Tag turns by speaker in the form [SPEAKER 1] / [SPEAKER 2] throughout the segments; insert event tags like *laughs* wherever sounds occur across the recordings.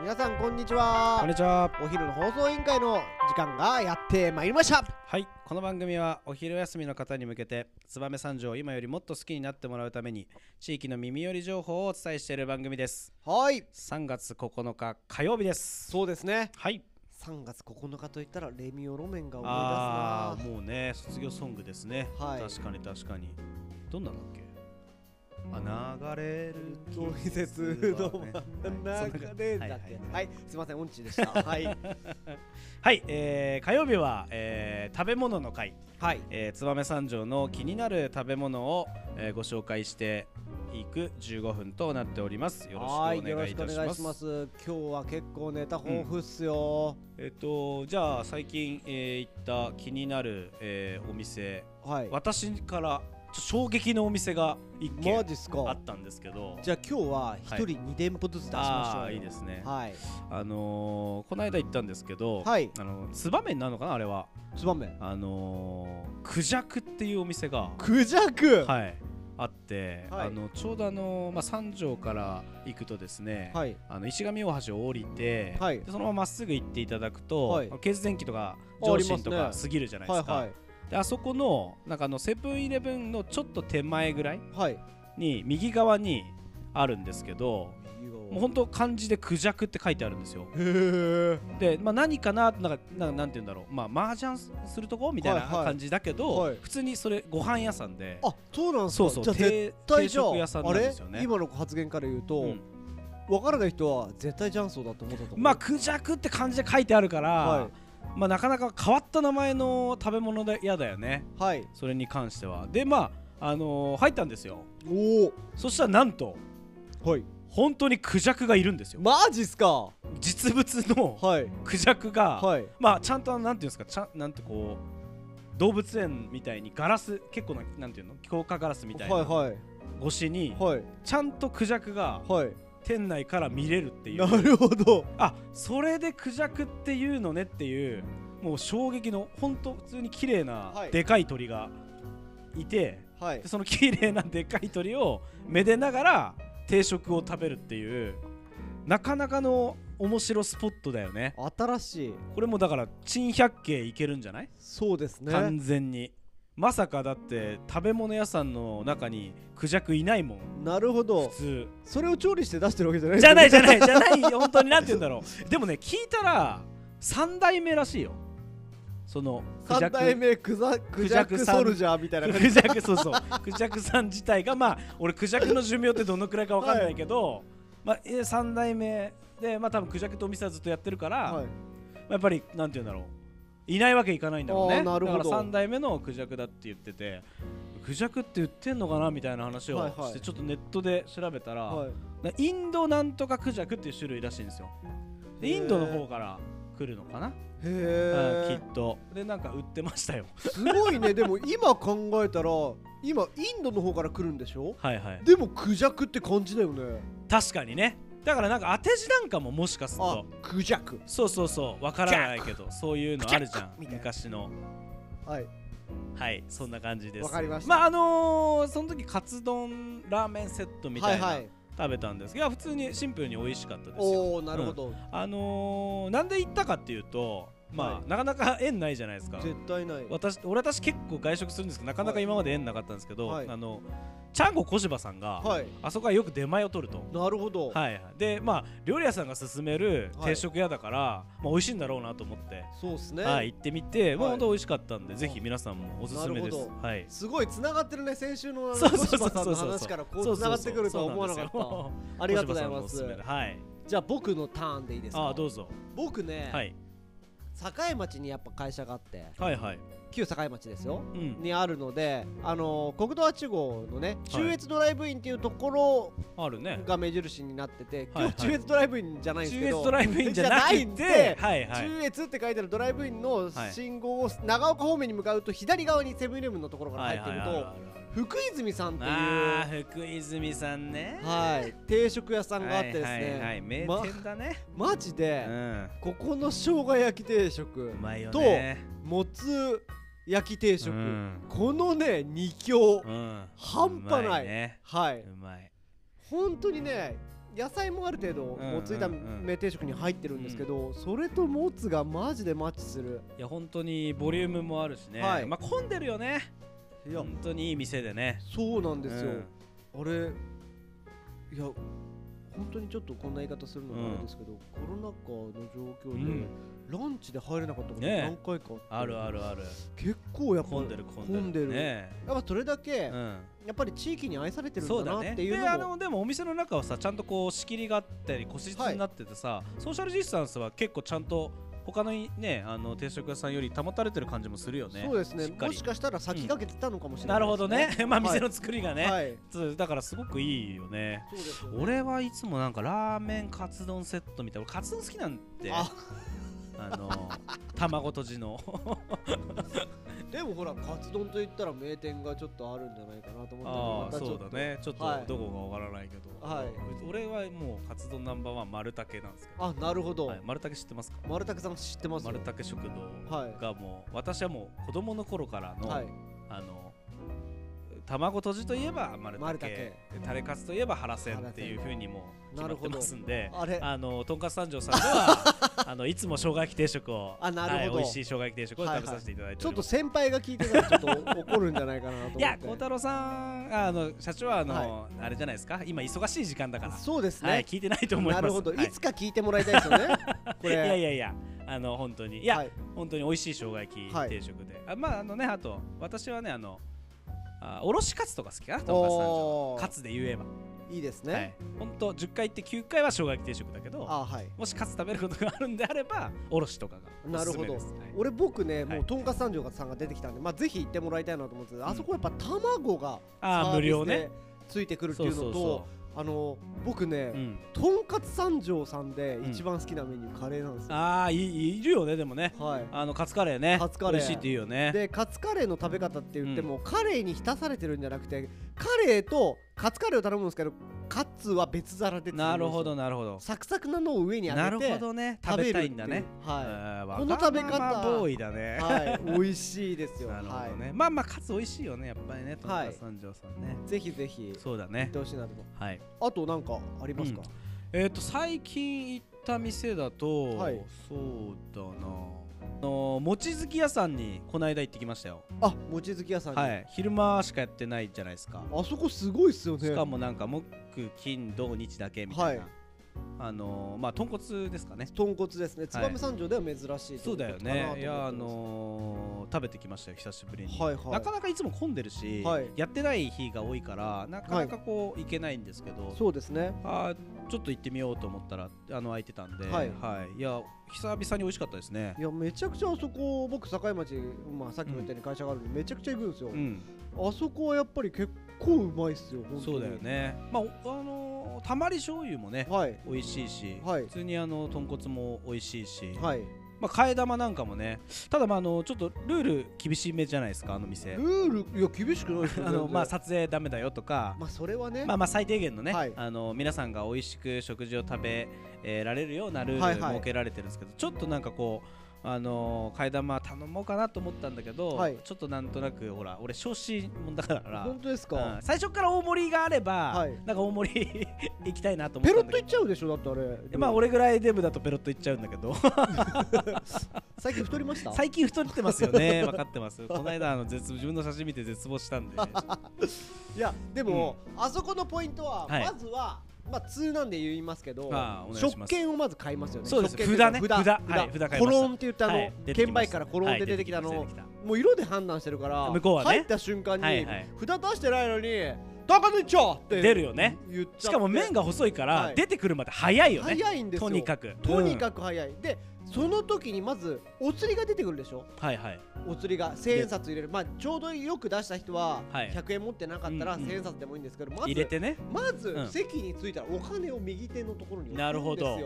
[SPEAKER 1] 皆さんこんにちは
[SPEAKER 2] こんにちは。
[SPEAKER 1] お昼の放送委員会の時間がやってまいりました
[SPEAKER 2] はい、この番組はお昼休みの方に向けて、燕三条を今よりもっと好きになってもらうために、地域の耳寄り情報をお伝えしている番組です。
[SPEAKER 1] はい
[SPEAKER 2] 3月9日火曜日です。
[SPEAKER 1] そうですね
[SPEAKER 2] はい。
[SPEAKER 1] 3月9日といったらレミオロメンが思い出す
[SPEAKER 2] ああ、
[SPEAKER 1] な
[SPEAKER 2] もうね、卒業ソングですね。
[SPEAKER 1] はい
[SPEAKER 2] 確かに確かに。どんなのだっけあ、流れる
[SPEAKER 1] 季節の真ん中で
[SPEAKER 2] はい
[SPEAKER 1] だっ
[SPEAKER 2] そ
[SPEAKER 1] け
[SPEAKER 2] んな感じ
[SPEAKER 1] はいすいませんオンチでした
[SPEAKER 2] *laughs*
[SPEAKER 1] はい
[SPEAKER 2] はい、えー火曜日は、えー食べ物の会。
[SPEAKER 1] はい
[SPEAKER 2] えー、燕三条の気になる食べ物を、えーご紹介していく15分となっておりますよろ
[SPEAKER 1] はい
[SPEAKER 2] しくお願いいたします
[SPEAKER 1] す今日は結構ネタ豊富っすよ
[SPEAKER 2] えっ、とじゃあ最近、えー行った気になる、えーお店
[SPEAKER 1] はい
[SPEAKER 2] 私からちょ衝撃のお店が一
[SPEAKER 1] マ
[SPEAKER 2] 軒
[SPEAKER 1] ジっす
[SPEAKER 2] あ
[SPEAKER 1] か
[SPEAKER 2] ったんですけど
[SPEAKER 1] じゃあ今日は一人
[SPEAKER 2] は
[SPEAKER 1] 2店舗ずつ出しましょう
[SPEAKER 2] ああ
[SPEAKER 1] よ
[SPEAKER 2] いいですね
[SPEAKER 1] はい
[SPEAKER 2] あのーこの間行ったんですけど、
[SPEAKER 1] はい
[SPEAKER 2] あのツバメになるのかなあれは
[SPEAKER 1] つばめ
[SPEAKER 2] あのー、クジャクっていうお店が
[SPEAKER 1] クジャ *laughs* ク
[SPEAKER 2] はい、あって、
[SPEAKER 1] はい
[SPEAKER 2] あのちょうどあの、まあ、三条から行くとですね、
[SPEAKER 1] はい
[SPEAKER 2] あの石神大橋を降りて、
[SPEAKER 1] はい
[SPEAKER 2] でそのまままっすぐ行っていただくと、
[SPEAKER 1] はい
[SPEAKER 2] 経電機とか
[SPEAKER 1] あ
[SPEAKER 2] 上信と
[SPEAKER 1] あり
[SPEAKER 2] か
[SPEAKER 1] ますね
[SPEAKER 2] 過ぎるじゃないで
[SPEAKER 1] は
[SPEAKER 2] す
[SPEAKER 1] い
[SPEAKER 2] かあ
[SPEAKER 1] は
[SPEAKER 2] であそこのなんかあのセブンイレブンのちょっと手前ぐらい
[SPEAKER 1] いはい
[SPEAKER 2] に右側にあるんですけどもう
[SPEAKER 1] も
[SPEAKER 2] 本当漢字で「クジャク」って書いてあるんですよ
[SPEAKER 1] うへえ
[SPEAKER 2] で、まあ、何かななんかなんなんて言うんだろうまあ麻雀するとこみたいな
[SPEAKER 1] はいはい
[SPEAKER 2] 感じだけど、
[SPEAKER 1] はい
[SPEAKER 2] 普通にそれご飯屋さんで
[SPEAKER 1] あそうなんです
[SPEAKER 2] そ
[SPEAKER 1] か
[SPEAKER 2] うそう
[SPEAKER 1] じゃあ絶
[SPEAKER 2] 定
[SPEAKER 1] 対
[SPEAKER 2] 定
[SPEAKER 1] じゃ
[SPEAKER 2] 食屋さん
[SPEAKER 1] ああ
[SPEAKER 2] なんで
[SPEAKER 1] れ
[SPEAKER 2] すよね
[SPEAKER 1] 今の発言から言う
[SPEAKER 2] う
[SPEAKER 1] と
[SPEAKER 2] ん
[SPEAKER 1] 分からない人は絶対ジャンソーだと思ったと思う
[SPEAKER 2] まあクジャクって漢字で書いてあるから、
[SPEAKER 1] は
[SPEAKER 2] まあなかなか変わった名前の食べ物で嫌だよね
[SPEAKER 1] いはい
[SPEAKER 2] それに関してはでまああのー入ったんですよ
[SPEAKER 1] お
[SPEAKER 2] そしたらなんと
[SPEAKER 1] おはい
[SPEAKER 2] 本当にクジャクがいるんですよ
[SPEAKER 1] マジっすか
[SPEAKER 2] 実物の
[SPEAKER 1] はい
[SPEAKER 2] クジャクが、
[SPEAKER 1] はい
[SPEAKER 2] まあちゃんとあのなんていうんですかちゃんなんてこう動物園みたいにガラス結構ななんていうの強化ガラスみたい
[SPEAKER 1] はい
[SPEAKER 2] な
[SPEAKER 1] はい
[SPEAKER 2] 越しに
[SPEAKER 1] はい
[SPEAKER 2] ちゃんとクジャクが
[SPEAKER 1] はい
[SPEAKER 2] 店内から見れるっていう
[SPEAKER 1] なるほど
[SPEAKER 2] あそれでクジャクっていうのねっていうもう衝撃の本当普通に綺麗な
[SPEAKER 1] はい
[SPEAKER 2] でかい鳥がいて、
[SPEAKER 1] はい
[SPEAKER 2] でその綺麗なでかい鳥をめでながら定食を食べるっていうなかなかの面白スポットだよね
[SPEAKER 1] 新しい
[SPEAKER 2] これもだから珍百景いけるんじゃない、
[SPEAKER 1] そうですね
[SPEAKER 2] 完全にまさかだって食べ物屋さんの中にクジャクいないもん
[SPEAKER 1] なるほど
[SPEAKER 2] 普通
[SPEAKER 1] それを調理して出してるわけじゃない
[SPEAKER 2] *laughs* じゃないじゃ
[SPEAKER 1] い
[SPEAKER 2] ないじゃない本当になんて言うんだろうでもね聞いたら3代目らしいよそのクジャ
[SPEAKER 1] 三代
[SPEAKER 2] ク
[SPEAKER 1] 目クザクジャクソルジャーみたいな感じ
[SPEAKER 2] クジャクそうそうクジャクさん自体がまあ俺クジャクの寿命ってどのくらいかわかんないけど、まあ、え3代目でまあ多分クジャクとお店はずっとやってるから、
[SPEAKER 1] は
[SPEAKER 2] ま
[SPEAKER 1] い
[SPEAKER 2] あやっぱりなんて言うんだろういないわけいかないんだろう
[SPEAKER 1] あー
[SPEAKER 2] ね
[SPEAKER 1] なるほど
[SPEAKER 2] だから3代目のクジャクだって言っててクジャクって言ってんのかなみたいな話をして、
[SPEAKER 1] はいはい
[SPEAKER 2] ちょっとネットで調べたら、
[SPEAKER 1] はい
[SPEAKER 2] なインドなんとかクジャクっていう種類らしいんですよで
[SPEAKER 1] へー
[SPEAKER 2] インドの方から来るのかな、
[SPEAKER 1] へ
[SPEAKER 2] うん
[SPEAKER 1] え
[SPEAKER 2] きっとでなんか売ってましたよ *laughs*
[SPEAKER 1] すごいねでも今考えたら今インドの方から来るんでしょ
[SPEAKER 2] はいはい
[SPEAKER 1] でもクジャクって感じだよね
[SPEAKER 2] 確かにねだからなんか当て字なんかももしかする
[SPEAKER 1] あ
[SPEAKER 2] と
[SPEAKER 1] クジャク
[SPEAKER 2] そうそうそうわからないけどそういうのあるじゃん
[SPEAKER 1] みたいな
[SPEAKER 2] 昔の
[SPEAKER 1] はい
[SPEAKER 2] はいそんな感じです
[SPEAKER 1] わかりました
[SPEAKER 2] まああのー、その時カツ丼ラーメンセットみたいな、
[SPEAKER 1] はいはい
[SPEAKER 2] 食べたんですけど普通にシンプルに美味しかったですよ
[SPEAKER 1] おおなるほど
[SPEAKER 2] あのー、なんで行ったかっていうとまあ、
[SPEAKER 1] はい
[SPEAKER 2] なかなか縁ないじゃないですか
[SPEAKER 1] 絶対ない
[SPEAKER 2] 私俺私結構外食するんですけどなかなか今まで縁なかったんですけど、
[SPEAKER 1] はい
[SPEAKER 2] あのちゃんこ小柴さんが、
[SPEAKER 1] はい
[SPEAKER 2] あそこはよく出前を取ると。
[SPEAKER 1] なるほど
[SPEAKER 2] はいはい、でまあ料理屋さんが勧める
[SPEAKER 1] はい
[SPEAKER 2] 定食屋だから、まあ、美味しいんだろうなと思って、
[SPEAKER 1] そうっすね
[SPEAKER 2] はい、行ってみて、ま
[SPEAKER 1] は
[SPEAKER 2] あ
[SPEAKER 1] い
[SPEAKER 2] 本当美味しかったんでぜひ皆さんもおすすめ
[SPEAKER 1] なる
[SPEAKER 2] です
[SPEAKER 1] ほ。
[SPEAKER 2] はい、
[SPEAKER 1] すごい繋がってるね先週のあの
[SPEAKER 2] そうそ
[SPEAKER 1] 小
[SPEAKER 2] うそう
[SPEAKER 1] 柴
[SPEAKER 2] そう
[SPEAKER 1] さん
[SPEAKER 2] そう
[SPEAKER 1] の
[SPEAKER 2] そう
[SPEAKER 1] 話からこう繋がってくるとは思わなかっ
[SPEAKER 2] った
[SPEAKER 1] *laughs* ありがとうございます
[SPEAKER 2] はい
[SPEAKER 1] じゃあ僕のターンでいいです
[SPEAKER 2] あ
[SPEAKER 1] か
[SPEAKER 2] ーどうぞ、
[SPEAKER 1] 僕ね
[SPEAKER 2] はい、
[SPEAKER 1] 栄町にやっぱ会社があって
[SPEAKER 2] はいはい
[SPEAKER 1] 旧栄町ですよ
[SPEAKER 2] うん
[SPEAKER 1] にあるので、あの国道8号のね
[SPEAKER 2] はい
[SPEAKER 1] 中越ドライブインっていうところ
[SPEAKER 2] あるね
[SPEAKER 1] が目印になってて、
[SPEAKER 2] はいはい
[SPEAKER 1] 今日中越ドライブインじゃないんです
[SPEAKER 2] 中
[SPEAKER 1] け
[SPEAKER 2] 越
[SPEAKER 1] ど、
[SPEAKER 2] ドライブインじゃな
[SPEAKER 1] じゃない
[SPEAKER 2] く
[SPEAKER 1] ん
[SPEAKER 2] て
[SPEAKER 1] で
[SPEAKER 2] はいはい
[SPEAKER 1] 中越って書いてあるドライブインの
[SPEAKER 2] はい
[SPEAKER 1] 信号を長岡方面に向かうと左側にセブンイレブンのところから
[SPEAKER 2] は
[SPEAKER 1] 入
[SPEAKER 2] い
[SPEAKER 1] って
[SPEAKER 2] はい
[SPEAKER 1] る
[SPEAKER 2] はい
[SPEAKER 1] と、
[SPEAKER 2] はい
[SPEAKER 1] 福泉さんっていう
[SPEAKER 2] あー福泉さんね
[SPEAKER 1] はい定食屋さんがあってですね、
[SPEAKER 2] はいはいはい、名
[SPEAKER 1] ま
[SPEAKER 2] 店だね、
[SPEAKER 1] マジで、
[SPEAKER 2] うん
[SPEAKER 1] ここの生姜焼き定食
[SPEAKER 2] うまいよね
[SPEAKER 1] もつ焼き定食、
[SPEAKER 2] うん
[SPEAKER 1] このね二強、
[SPEAKER 2] うん
[SPEAKER 1] 半端ないう
[SPEAKER 2] まね
[SPEAKER 1] はいう
[SPEAKER 2] まい
[SPEAKER 1] 本当にね野菜もある程度
[SPEAKER 2] んうん
[SPEAKER 1] もつ炒め定食に入ってるんですけどそれともつがマジでマッチする
[SPEAKER 2] いや本当にボリュームもあるしね、
[SPEAKER 1] はい
[SPEAKER 2] まあ混んでるよね
[SPEAKER 1] いや
[SPEAKER 2] 本当にいい店でね
[SPEAKER 1] そうなんですよ
[SPEAKER 2] うん
[SPEAKER 1] あれいや本当にちょっとこんな言い方するのもあれですけどコロナ禍の状況
[SPEAKER 2] うん
[SPEAKER 1] でランチで入れなかったこと
[SPEAKER 2] ねえ
[SPEAKER 1] 何回かって
[SPEAKER 2] あるあるある
[SPEAKER 1] 結構やっぱ
[SPEAKER 2] 混んでる混んでる
[SPEAKER 1] 混んでる
[SPEAKER 2] ね
[SPEAKER 1] やっぱそれだけ
[SPEAKER 2] う
[SPEAKER 1] や
[SPEAKER 2] ん
[SPEAKER 1] っぱり地域に愛されてる
[SPEAKER 2] そ
[SPEAKER 1] ん
[SPEAKER 2] う
[SPEAKER 1] だ
[SPEAKER 2] だ
[SPEAKER 1] な
[SPEAKER 2] ね
[SPEAKER 1] っていう
[SPEAKER 2] であ
[SPEAKER 1] のも
[SPEAKER 2] のでもお店の中はさちゃんとこう仕切りがあったり個室になっててさ、ソーシャルディスタンスは結構ちゃんと他のいねあの定食屋さんより保たれてる感じもするよね
[SPEAKER 1] そうですね
[SPEAKER 2] しっか
[SPEAKER 1] も
[SPEAKER 2] り
[SPEAKER 1] しかしたら先駆けてたのかもしれない
[SPEAKER 2] なるほどね
[SPEAKER 1] です
[SPEAKER 2] *laughs* まあ店の作りがね、 *laughs*
[SPEAKER 1] はい
[SPEAKER 2] そうだからすごくいいよね
[SPEAKER 1] そうですよね
[SPEAKER 2] 俺はいつもなんかラーメンカツ丼セットみたいな俺カツ丼好きなんであ
[SPEAKER 1] あ *laughs*
[SPEAKER 2] の卵とじの
[SPEAKER 1] でもほらカツ丼といったら名店がちょっとあるんじゃないかなと思
[SPEAKER 2] あ
[SPEAKER 1] っ
[SPEAKER 2] あ
[SPEAKER 1] たけ
[SPEAKER 2] そ
[SPEAKER 1] ど
[SPEAKER 2] うだねちょっと
[SPEAKER 1] はい
[SPEAKER 2] どこかわからないけど、
[SPEAKER 1] はい
[SPEAKER 2] 俺はもうカツ丼ナンバーワン丸竹なんですけど、
[SPEAKER 1] あなるほど、
[SPEAKER 2] はい、丸竹知ってますか
[SPEAKER 1] 丸竹さん知ってます
[SPEAKER 2] 丸竹食堂
[SPEAKER 1] はい
[SPEAKER 2] がもう私はもう子供の頃からの、
[SPEAKER 1] はい
[SPEAKER 2] あの卵とじといえば丸竹
[SPEAKER 1] 丸竹
[SPEAKER 2] でタレカツといえば原せんっていうふうにもう決まってますんで
[SPEAKER 1] あれ
[SPEAKER 2] あのとんかつ三条さん
[SPEAKER 1] *laughs*
[SPEAKER 2] ではあのいつも生姜焼き定食を
[SPEAKER 1] あなるほど
[SPEAKER 2] はい、美味しい生姜焼き定食を食べさせていただいて
[SPEAKER 1] ちょ
[SPEAKER 2] お
[SPEAKER 1] っ
[SPEAKER 2] り
[SPEAKER 1] と
[SPEAKER 2] ます、
[SPEAKER 1] 先輩が聞いてたらちょっと怒るんじゃないかなと思って
[SPEAKER 2] *laughs* いや孝太郎さんああの社長はあの、
[SPEAKER 1] は
[SPEAKER 2] あれじゃないですか今忙しい時間だから、
[SPEAKER 1] そうですね、
[SPEAKER 2] はい、聞いてないと思います
[SPEAKER 1] なるほど、
[SPEAKER 2] はい
[SPEAKER 1] い、つか聞いてもらいたいですよねこれ
[SPEAKER 2] *laughs* いやいやいやあの本当にいや、
[SPEAKER 1] はい、
[SPEAKER 2] 本当に美味しい生姜焼き
[SPEAKER 1] はい
[SPEAKER 2] 定食で、あまああのねあと私はねあのあおろしカツとか好きかなとんかつ三
[SPEAKER 1] お
[SPEAKER 2] 条カツで言えば、
[SPEAKER 1] いいですね、
[SPEAKER 2] はい、ほんと10回行って9回は生姜焼き定食だけど
[SPEAKER 1] あはい
[SPEAKER 2] もしカツ食べることがあるんであればおろしとかがお
[SPEAKER 1] な
[SPEAKER 2] す
[SPEAKER 1] る
[SPEAKER 2] す
[SPEAKER 1] ほ
[SPEAKER 2] め
[SPEAKER 1] ど、
[SPEAKER 2] ですはい
[SPEAKER 1] 俺僕ね、
[SPEAKER 2] はい
[SPEAKER 1] もうとんかつ三条さんが出てきたんでまあぜひ行ってもらいたいなと思うんですけど、あそこやっぱ卵が
[SPEAKER 2] あー
[SPEAKER 1] サービスで
[SPEAKER 2] 無料ね
[SPEAKER 1] ついてくるって
[SPEAKER 2] そ
[SPEAKER 1] いううのと
[SPEAKER 2] そうそ
[SPEAKER 1] あの僕ね、
[SPEAKER 2] う、うん、
[SPEAKER 1] とんかつ三条さんで
[SPEAKER 2] うん
[SPEAKER 1] 一番好きなメニューカレーなんですよ、
[SPEAKER 2] ああいいるよねでもね
[SPEAKER 1] はい
[SPEAKER 2] あのカツカレーね
[SPEAKER 1] カツカレー
[SPEAKER 2] 美味しいって言うよね
[SPEAKER 1] でカツカレーの食べ方って言っても、カレーに浸されてるんじゃなくてカレーとカツカレーを頼むんですけどカツは別皿で
[SPEAKER 2] なるほ
[SPEAKER 1] ど
[SPEAKER 2] どなるほど
[SPEAKER 1] サクサクなのを上に
[SPEAKER 2] な
[SPEAKER 1] あげ
[SPEAKER 2] る
[SPEAKER 1] て
[SPEAKER 2] ほどね
[SPEAKER 1] 食
[SPEAKER 2] 食
[SPEAKER 1] べるって
[SPEAKER 2] べた
[SPEAKER 1] いう
[SPEAKER 2] いんだね
[SPEAKER 1] は
[SPEAKER 2] あー
[SPEAKER 1] この食べ方
[SPEAKER 2] わがままボーイだね
[SPEAKER 1] い、
[SPEAKER 2] *laughs*
[SPEAKER 1] はい、美味しいですよ
[SPEAKER 2] なるほど
[SPEAKER 1] は
[SPEAKER 2] ね、まあまあカツ美味しいよねやっぱりねとん
[SPEAKER 1] はい
[SPEAKER 2] かつ三条さんね、
[SPEAKER 1] い、ぜひぜひ行
[SPEAKER 2] そうだ
[SPEAKER 1] っ
[SPEAKER 2] ね
[SPEAKER 1] てほしいなと思う
[SPEAKER 2] はい
[SPEAKER 1] あとなんかありますか、
[SPEAKER 2] えっ、と最近行った店だと、
[SPEAKER 1] はい
[SPEAKER 2] そうだなあの餅つき屋さんにこの間行ってきましたよ、
[SPEAKER 1] あ餅つき屋さんに、
[SPEAKER 2] はい昼間しかやってないじゃないですか
[SPEAKER 1] あそこすごいっすよね
[SPEAKER 2] しかもなんか木金土日だけみたいな、
[SPEAKER 1] はい
[SPEAKER 2] あのまあ豚骨ですかね
[SPEAKER 1] 豚骨ですね燕三条では珍しい
[SPEAKER 2] そうだよねいやあ
[SPEAKER 1] の
[SPEAKER 2] のー食べてきましたよ久しぶりに、
[SPEAKER 1] はいはい
[SPEAKER 2] なかなかいつも混んでるし、
[SPEAKER 1] はい
[SPEAKER 2] やってない日が多いからなかなかこう行けないんですけど、
[SPEAKER 1] そうですね
[SPEAKER 2] あーちょっと行ってみようと思ったらあの空いてたんで、
[SPEAKER 1] はい
[SPEAKER 2] い、いや久々に美味しかったですね
[SPEAKER 1] い。やめちゃくちゃあそこ僕境町、まあ、さっきも言ったように会社があるんで、めちゃくちゃ行くんですよ、
[SPEAKER 2] うん、
[SPEAKER 1] あそこはやっぱり結構うまいっすよ本当に
[SPEAKER 2] そうだよね。まあおあのーたまり醤油もね、
[SPEAKER 1] はい
[SPEAKER 2] 美味しいし、
[SPEAKER 1] はい
[SPEAKER 2] 普通にあの豚骨も美味しいし、
[SPEAKER 1] はい
[SPEAKER 2] まあ替え玉なんかもね。ただまああのちょっとルール厳しめじゃないですかあの店
[SPEAKER 1] ル。ールいや厳しくないですよ
[SPEAKER 2] あの
[SPEAKER 1] 全然
[SPEAKER 2] まあ撮影ダメだよとか。
[SPEAKER 1] まあそれはね、
[SPEAKER 2] まあまあ最低限のね、
[SPEAKER 1] はい
[SPEAKER 2] あの皆さんが美味しく食事を食べえーられるようなル
[SPEAKER 1] は
[SPEAKER 2] ー
[SPEAKER 1] い
[SPEAKER 2] ル
[SPEAKER 1] はい
[SPEAKER 2] 設けられてるんですけど、ちょっとなんかこうあのー替え玉頼もうかなと思ったんだけど、
[SPEAKER 1] はい
[SPEAKER 2] ちょっとなんとなくほら俺小心者だから。
[SPEAKER 1] 本当ですか、
[SPEAKER 2] うん最初から大盛りがあれば、
[SPEAKER 1] はい
[SPEAKER 2] なんか大盛り *laughs* 行きたいなと思
[SPEAKER 1] ペ
[SPEAKER 2] っ
[SPEAKER 1] ロ
[SPEAKER 2] た
[SPEAKER 1] ッ
[SPEAKER 2] ん
[SPEAKER 1] と
[SPEAKER 2] だけ
[SPEAKER 1] いっちゃうでしょだってあれ
[SPEAKER 2] どまあ俺ぐらいデブだとペロッといっちゃうんだけ
[SPEAKER 1] *laughs*
[SPEAKER 2] ど
[SPEAKER 1] 最近太りました
[SPEAKER 2] 最近太ってますよ
[SPEAKER 1] *laughs*
[SPEAKER 2] ね分かってますこの間あの絶自分の写真見て絶望したんで
[SPEAKER 1] いやでも、あそこのポイントは、
[SPEAKER 2] はい
[SPEAKER 1] まずはまあ通なんで言いますけど
[SPEAKER 2] ああお願いし
[SPEAKER 1] 食
[SPEAKER 2] ます
[SPEAKER 1] 券をまず買いますよね
[SPEAKER 2] そうです
[SPEAKER 1] 食券といか札
[SPEAKER 2] 札ね札はい札買いました
[SPEAKER 1] コロンって言ったあの、
[SPEAKER 2] はい出てき
[SPEAKER 1] 券
[SPEAKER 2] ま
[SPEAKER 1] 売
[SPEAKER 2] し
[SPEAKER 1] 機か
[SPEAKER 2] た
[SPEAKER 1] らコロンって出てきたの、
[SPEAKER 2] はい出きました
[SPEAKER 1] もう色で判断してるから
[SPEAKER 2] 向こうはね
[SPEAKER 1] 入った瞬間に、
[SPEAKER 2] はいはい
[SPEAKER 1] 札出してないのに「高のいっちゃう!」って
[SPEAKER 2] 出るよね
[SPEAKER 1] 言っちゃって
[SPEAKER 2] しかも麺が細いから、
[SPEAKER 1] はい
[SPEAKER 2] 出てくるまで早いよね
[SPEAKER 1] 早いんですよ
[SPEAKER 2] とにかく
[SPEAKER 1] とにかく早い、でその時にまずお釣りが出てくるでしょ
[SPEAKER 2] くはいはい
[SPEAKER 1] お釣りが千円札入れるまあちょうどよく出した人は
[SPEAKER 2] はい
[SPEAKER 1] 100円持ってなかったら
[SPEAKER 2] うんうん
[SPEAKER 1] 千円札でもいいんですけど、まず
[SPEAKER 2] 入れてね
[SPEAKER 1] まず
[SPEAKER 2] うん
[SPEAKER 1] 席に着いたらお金を右手のところに置くんですよ
[SPEAKER 2] なるほど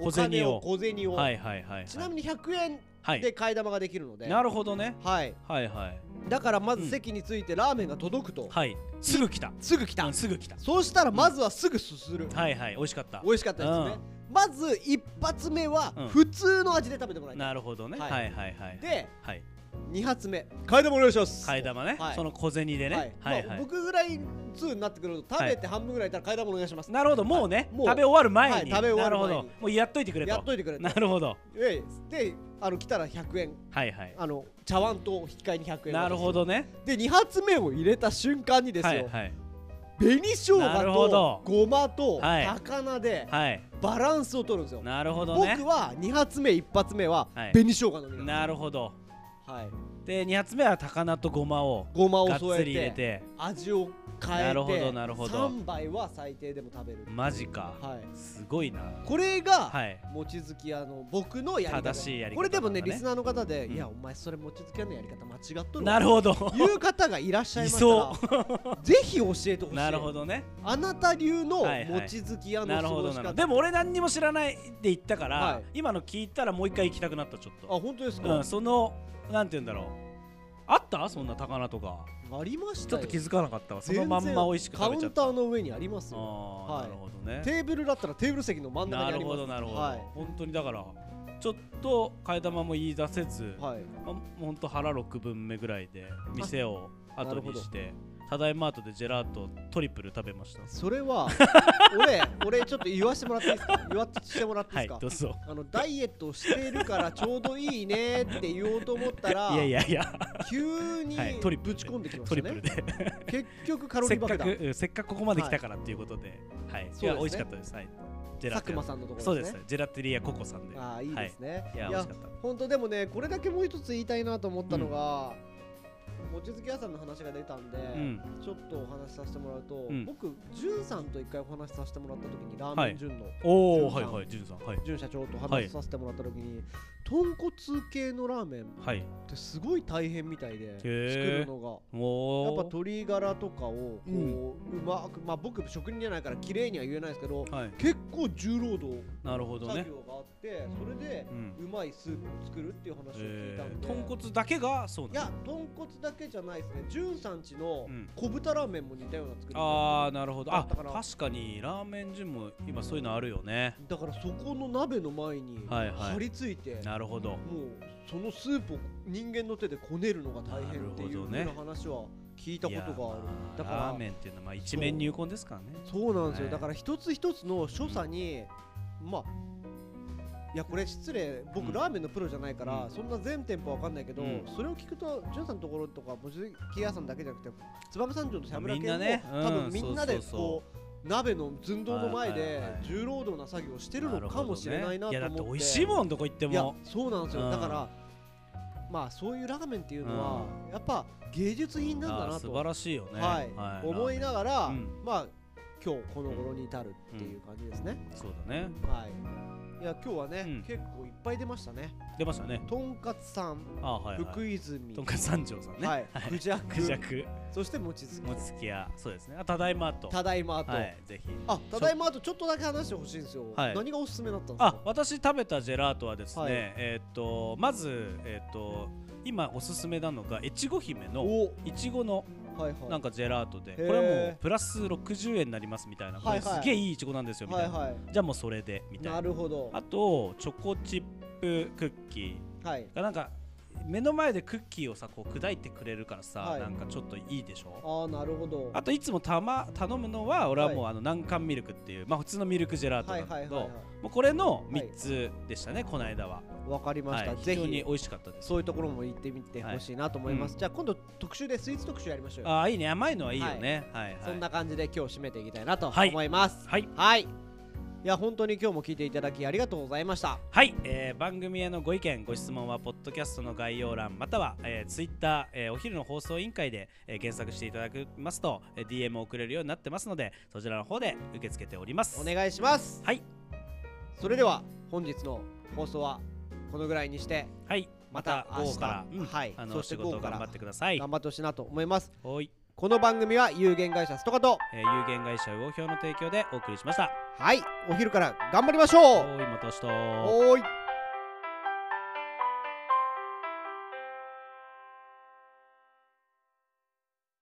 [SPEAKER 1] お金を小
[SPEAKER 2] 小
[SPEAKER 1] 銭を、
[SPEAKER 2] はいはいはいはい
[SPEAKER 1] ちなみに100円
[SPEAKER 2] はい
[SPEAKER 1] で替え玉ができるので、
[SPEAKER 2] なるほどね
[SPEAKER 1] はい
[SPEAKER 2] はいはい
[SPEAKER 1] だからまず席に着いてラーメンが届くと、
[SPEAKER 2] はいすぐ来た
[SPEAKER 1] すぐ来た、
[SPEAKER 2] うんすぐ来た
[SPEAKER 1] そうしたらまずはすぐすする、
[SPEAKER 2] はいはい美味しかった
[SPEAKER 1] 美味しかったですね、まず一発目は
[SPEAKER 2] うん
[SPEAKER 1] 普通の味で食べてもらいたい、
[SPEAKER 2] なるほどね
[SPEAKER 1] は
[SPEAKER 2] はいいはいはい
[SPEAKER 1] で
[SPEAKER 2] はい
[SPEAKER 1] 二発目替え玉お願いします
[SPEAKER 2] 替え玉ね
[SPEAKER 1] はい
[SPEAKER 2] その小銭で
[SPEAKER 1] はい
[SPEAKER 2] ねはい
[SPEAKER 1] ま
[SPEAKER 2] は
[SPEAKER 1] あ
[SPEAKER 2] い
[SPEAKER 1] 僕ぐら回2になってくると食べて半分ぐらいいたら替え玉お願いします、
[SPEAKER 2] なるほどもうね、
[SPEAKER 1] はいもう
[SPEAKER 2] 食べ終わる前に、
[SPEAKER 1] はい食べ終わる前に
[SPEAKER 2] なるほどもうやっといてくれと
[SPEAKER 1] やっといてくれと
[SPEAKER 2] なるほど
[SPEAKER 1] ええであの来たら100円
[SPEAKER 2] はいはい
[SPEAKER 1] あの茶碗と引き換えに100円
[SPEAKER 2] なるほどね
[SPEAKER 1] で2発目を入れた瞬間にですよ、
[SPEAKER 2] はいはい
[SPEAKER 1] 紅生
[SPEAKER 2] なる
[SPEAKER 1] 姜と
[SPEAKER 2] ほど
[SPEAKER 1] ごまと
[SPEAKER 2] はい
[SPEAKER 1] 高菜で
[SPEAKER 2] はい
[SPEAKER 1] バランスを取るんですよ、
[SPEAKER 2] なるほどね
[SPEAKER 1] 僕は2発目1発目は
[SPEAKER 2] はい
[SPEAKER 1] 紅生姜のみなんで
[SPEAKER 2] なるほど
[SPEAKER 1] すはい
[SPEAKER 2] で2発目は高菜とごまを
[SPEAKER 1] ごま
[SPEAKER 2] が
[SPEAKER 1] を
[SPEAKER 2] っ
[SPEAKER 1] 添
[SPEAKER 2] つ
[SPEAKER 1] え
[SPEAKER 2] り入れ
[SPEAKER 1] て
[SPEAKER 2] て
[SPEAKER 1] 味を変えて
[SPEAKER 2] なるほどなるほど
[SPEAKER 1] 3杯は最低でも食べる、
[SPEAKER 2] マジか、
[SPEAKER 1] はい、
[SPEAKER 2] すごいな
[SPEAKER 1] これが、
[SPEAKER 2] はい
[SPEAKER 1] 望月屋の僕のやり方
[SPEAKER 2] 正しいやり方
[SPEAKER 1] これでもね
[SPEAKER 2] なんだね
[SPEAKER 1] リスナーの方で、
[SPEAKER 2] うん
[SPEAKER 1] いやお前それ望月屋のやり方間違っとるわ
[SPEAKER 2] なるほど
[SPEAKER 1] いう方がいらっしゃいましたら *laughs* ぜひ教えてほしい
[SPEAKER 2] なるほどね
[SPEAKER 1] あなた流の
[SPEAKER 2] はいはい
[SPEAKER 1] 望月屋の
[SPEAKER 2] な
[SPEAKER 1] 過
[SPEAKER 2] るほ
[SPEAKER 1] ご
[SPEAKER 2] ど
[SPEAKER 1] し
[SPEAKER 2] なるほ
[SPEAKER 1] 方
[SPEAKER 2] どでも俺何にも知らないって言ったから、
[SPEAKER 1] はい
[SPEAKER 2] 今の聞いたらもう一回行きたくなったちょっ
[SPEAKER 1] あ
[SPEAKER 2] と
[SPEAKER 1] 本当です
[SPEAKER 2] う
[SPEAKER 1] か
[SPEAKER 2] ん、そのなんて言うんだろうあったそんな高菜とか
[SPEAKER 1] ありました
[SPEAKER 2] ちょっと気づかなかったわそのまんま美味しく
[SPEAKER 1] カ
[SPEAKER 2] 食
[SPEAKER 1] ウ
[SPEAKER 2] べちゃっ
[SPEAKER 1] ン
[SPEAKER 2] た
[SPEAKER 1] ターの上にありますよ
[SPEAKER 2] あー
[SPEAKER 1] はい
[SPEAKER 2] なるほどね
[SPEAKER 1] テーブルだったらテーブル席の真ん中に
[SPEAKER 2] な
[SPEAKER 1] あ
[SPEAKER 2] る
[SPEAKER 1] りま
[SPEAKER 2] ほ
[SPEAKER 1] す
[SPEAKER 2] どなるほど、
[SPEAKER 1] は
[SPEAKER 2] 本当にだからちょっと替え玉も言い出せず、
[SPEAKER 1] い、はい、
[SPEAKER 2] まあ、ほんと腹6分目ぐらいで店を後にしてただいま後でジェラートトリプル食べました
[SPEAKER 1] それ
[SPEAKER 2] *laughs*
[SPEAKER 1] は俺俺ちょっと言わしてもらっていいですか言わしてもらっていい
[SPEAKER 2] は
[SPEAKER 1] です
[SPEAKER 2] い
[SPEAKER 1] か、
[SPEAKER 2] どうぞ
[SPEAKER 1] あのダイエットしてるからちょうどいいねって言おうと思ったら
[SPEAKER 2] いやいやいや
[SPEAKER 1] 急に
[SPEAKER 2] はいトリプ
[SPEAKER 1] ぶ
[SPEAKER 2] ル
[SPEAKER 1] ち込んできま
[SPEAKER 2] ト
[SPEAKER 1] し
[SPEAKER 2] リ
[SPEAKER 1] た
[SPEAKER 2] プル
[SPEAKER 1] ね
[SPEAKER 2] で、
[SPEAKER 1] 結局カロリ
[SPEAKER 2] せ
[SPEAKER 1] ー
[SPEAKER 2] っ
[SPEAKER 1] 爆
[SPEAKER 2] か
[SPEAKER 1] 弾
[SPEAKER 2] くうんせっかくここまで来たからっていうことで、はい
[SPEAKER 1] そうですね
[SPEAKER 2] いや美味しかったですはいジェラ
[SPEAKER 1] 佐
[SPEAKER 2] テ
[SPEAKER 1] 久間さんのとこ
[SPEAKER 2] そ
[SPEAKER 1] ろ
[SPEAKER 2] う
[SPEAKER 1] で
[SPEAKER 2] ですす
[SPEAKER 1] ね
[SPEAKER 2] ジェラテリアココさんで
[SPEAKER 1] ああいいですね、
[SPEAKER 2] はい、いや美味しかっ
[SPEAKER 1] 本当でもねこれだけもう一つ言いたいなと思ったのが、望月屋さんの話が出たんで、
[SPEAKER 2] たうん
[SPEAKER 1] ちょっとお話しさせてもらうと、
[SPEAKER 2] ん
[SPEAKER 1] 僕じゅんさんと一回お話しさせてもらった時にラー
[SPEAKER 2] は
[SPEAKER 1] メン
[SPEAKER 2] い
[SPEAKER 1] じゅんの、
[SPEAKER 2] お
[SPEAKER 1] ジュン
[SPEAKER 2] おは
[SPEAKER 1] さ
[SPEAKER 2] い
[SPEAKER 1] ん
[SPEAKER 2] はいジュンさんはい
[SPEAKER 1] じゅん社長とお話しさせてもらった時に、豚骨系のラーメンっ
[SPEAKER 2] はい
[SPEAKER 1] てすごい大変みたいで作
[SPEAKER 2] ー
[SPEAKER 1] るのが。やっぱ
[SPEAKER 2] も
[SPEAKER 1] 鶏ガラとかをこう,、う
[SPEAKER 2] うん
[SPEAKER 1] まくまあ僕職人じゃないから綺麗には言えないですけど
[SPEAKER 2] うはい
[SPEAKER 1] 結構重労働
[SPEAKER 2] なるほど
[SPEAKER 1] 作
[SPEAKER 2] ね
[SPEAKER 1] 業があって、それで
[SPEAKER 2] うん
[SPEAKER 1] うまいスープを作るっていう話を聞い
[SPEAKER 2] え
[SPEAKER 1] たん
[SPEAKER 2] ー
[SPEAKER 1] で、
[SPEAKER 2] 豚骨だけがそうなん
[SPEAKER 1] い
[SPEAKER 2] だ
[SPEAKER 1] や豚骨だけじゃないですねじゅんさんちの
[SPEAKER 2] うん
[SPEAKER 1] 小豚ラーメンも似たような作り
[SPEAKER 2] あーなるほど
[SPEAKER 1] だ
[SPEAKER 2] あ
[SPEAKER 1] ったから
[SPEAKER 2] 確かにラーメン順も今そういうのあるよね
[SPEAKER 1] だからそこの鍋の前に
[SPEAKER 2] はいはい
[SPEAKER 1] 張り付いて、
[SPEAKER 2] なるほど
[SPEAKER 1] もうそのスープを人間の手でこねるのが大変っていうふう
[SPEAKER 2] な
[SPEAKER 1] な
[SPEAKER 2] る
[SPEAKER 1] 話は聞いたことがある
[SPEAKER 2] いやまあ
[SPEAKER 1] だか
[SPEAKER 2] ラ
[SPEAKER 1] ら
[SPEAKER 2] ーメンっていうのはまあ一面入魂ですからね
[SPEAKER 1] そうなんですよ、
[SPEAKER 2] はい
[SPEAKER 1] だから一つ一つの所作に、まあいやこれ失礼僕、
[SPEAKER 2] うん
[SPEAKER 1] ラーメンのプロじゃないから、
[SPEAKER 2] うん
[SPEAKER 1] そんな全店舗わかんないけど、
[SPEAKER 2] うん
[SPEAKER 1] それを聞くと潤さんのところとか望月屋さんだけじゃなくて燕三条のしゃぶら
[SPEAKER 2] みんな
[SPEAKER 1] 系
[SPEAKER 2] ね
[SPEAKER 1] も、多
[SPEAKER 2] う
[SPEAKER 1] 分
[SPEAKER 2] ん
[SPEAKER 1] みんなでこう
[SPEAKER 2] そうそうそ
[SPEAKER 1] 鍋の寸胴の前
[SPEAKER 2] はい
[SPEAKER 1] で
[SPEAKER 2] はいはい
[SPEAKER 1] 重労働な作業をしてる
[SPEAKER 2] な
[SPEAKER 1] の
[SPEAKER 2] る
[SPEAKER 1] か
[SPEAKER 2] ほど
[SPEAKER 1] も
[SPEAKER 2] ね
[SPEAKER 1] しれないなと思って
[SPEAKER 2] いやだって美味しいもんどこ行って
[SPEAKER 1] いや
[SPEAKER 2] も
[SPEAKER 1] そうなんですよ、
[SPEAKER 2] うん
[SPEAKER 1] だからまあそういうラーメンっていうのは、やっぱ芸術品なんだ
[SPEAKER 2] あ
[SPEAKER 1] な
[SPEAKER 2] ー
[SPEAKER 1] と
[SPEAKER 2] 素晴らしいよね
[SPEAKER 1] はい思い
[SPEAKER 2] ラーメン
[SPEAKER 1] ながら、
[SPEAKER 2] うん
[SPEAKER 1] まあ今日この頃に至るっていう感じですね、
[SPEAKER 2] そうだね
[SPEAKER 1] はいいや今日はね、
[SPEAKER 2] うん
[SPEAKER 1] 結構いっぱい出ましたね
[SPEAKER 2] 出ましたね
[SPEAKER 1] とんかつさん、
[SPEAKER 2] あーはいはい
[SPEAKER 1] 福泉
[SPEAKER 2] とんかつ三条さんね
[SPEAKER 1] はい、クジャク
[SPEAKER 2] クジャク
[SPEAKER 1] そして望月
[SPEAKER 2] もつきやそうですねあただいまと
[SPEAKER 1] ただいまと、
[SPEAKER 2] はいぜひ
[SPEAKER 1] あただいまとちょっとだけ話してほしいんですよ、
[SPEAKER 2] はい
[SPEAKER 1] 何がおすすめだったんです
[SPEAKER 2] あ
[SPEAKER 1] か
[SPEAKER 2] 私食べたジェラートはですね、
[SPEAKER 1] はい
[SPEAKER 2] えーっ、とまずえーっ、と今おすすめなのが越後姫の
[SPEAKER 1] お
[SPEAKER 2] いちごの
[SPEAKER 1] はいはい
[SPEAKER 2] なんかジェラートで、
[SPEAKER 1] ー
[SPEAKER 2] これはもうプラス60円になりますみたいな、
[SPEAKER 1] はいはい
[SPEAKER 2] これすげえいいいちごなんですよみた
[SPEAKER 1] はい
[SPEAKER 2] いな、
[SPEAKER 1] は
[SPEAKER 2] じゃあもうそれでみ
[SPEAKER 1] い
[SPEAKER 2] たいな
[SPEAKER 1] なるほど
[SPEAKER 2] あとチョコチップクッキ
[SPEAKER 1] はい
[SPEAKER 2] ーがなんか目の前でクッキーをさこう砕いてくれるからさ、
[SPEAKER 1] はい
[SPEAKER 2] なんかちょっといいでしょ
[SPEAKER 1] ああなるほど
[SPEAKER 2] あといつもたま頼むのは俺はもうあの南韓ミルクっていう、まあ普通のミルクジェラート
[SPEAKER 1] は
[SPEAKER 2] ないんだ
[SPEAKER 1] はい
[SPEAKER 2] け
[SPEAKER 1] はいは
[SPEAKER 2] どもうこれの3つでしたね、この間は。
[SPEAKER 1] いわかりました、
[SPEAKER 2] はい、
[SPEAKER 1] ぜ
[SPEAKER 2] 非常に
[SPEAKER 1] ひ
[SPEAKER 2] 美味しかったです。
[SPEAKER 1] そういうところも行ってみてほしいなと思います、
[SPEAKER 2] は
[SPEAKER 1] じゃあ今度特集でスイーツ特集やりましょうよ
[SPEAKER 2] ああいいね甘いのはいいよね。はい、はい、
[SPEAKER 1] そんな感じで今日締めていきたいなと
[SPEAKER 2] はい
[SPEAKER 1] 思います、
[SPEAKER 2] はい
[SPEAKER 1] はい。いや、本当に今日も聞いていただきありがとうございました。
[SPEAKER 2] はい、えー番組へのご意見ご質問はポッドキャストの概要欄または、えー、ツイッター、えーお昼の放送委員会で、えー検索していただきますと、えー DM を送れるようになってますのでそちらの方で受け付けております
[SPEAKER 1] お願いします。
[SPEAKER 2] はい
[SPEAKER 1] それでは、本日の放送はこのぐらいにして、
[SPEAKER 2] はいまた
[SPEAKER 1] また明日
[SPEAKER 2] 午後から、
[SPEAKER 1] はい
[SPEAKER 2] あ
[SPEAKER 1] そ
[SPEAKER 2] の
[SPEAKER 1] して
[SPEAKER 2] 仕
[SPEAKER 1] 午後
[SPEAKER 2] 事を
[SPEAKER 1] から
[SPEAKER 2] 頑張ってください
[SPEAKER 1] 頑張ってほしいなと思います。
[SPEAKER 2] はい、
[SPEAKER 1] この番組は有限会社ストカト。
[SPEAKER 2] えー有限会社魚評の提供でお送りしました
[SPEAKER 1] はい。お昼から頑張りましょう。
[SPEAKER 2] はいまた明日
[SPEAKER 1] おーい。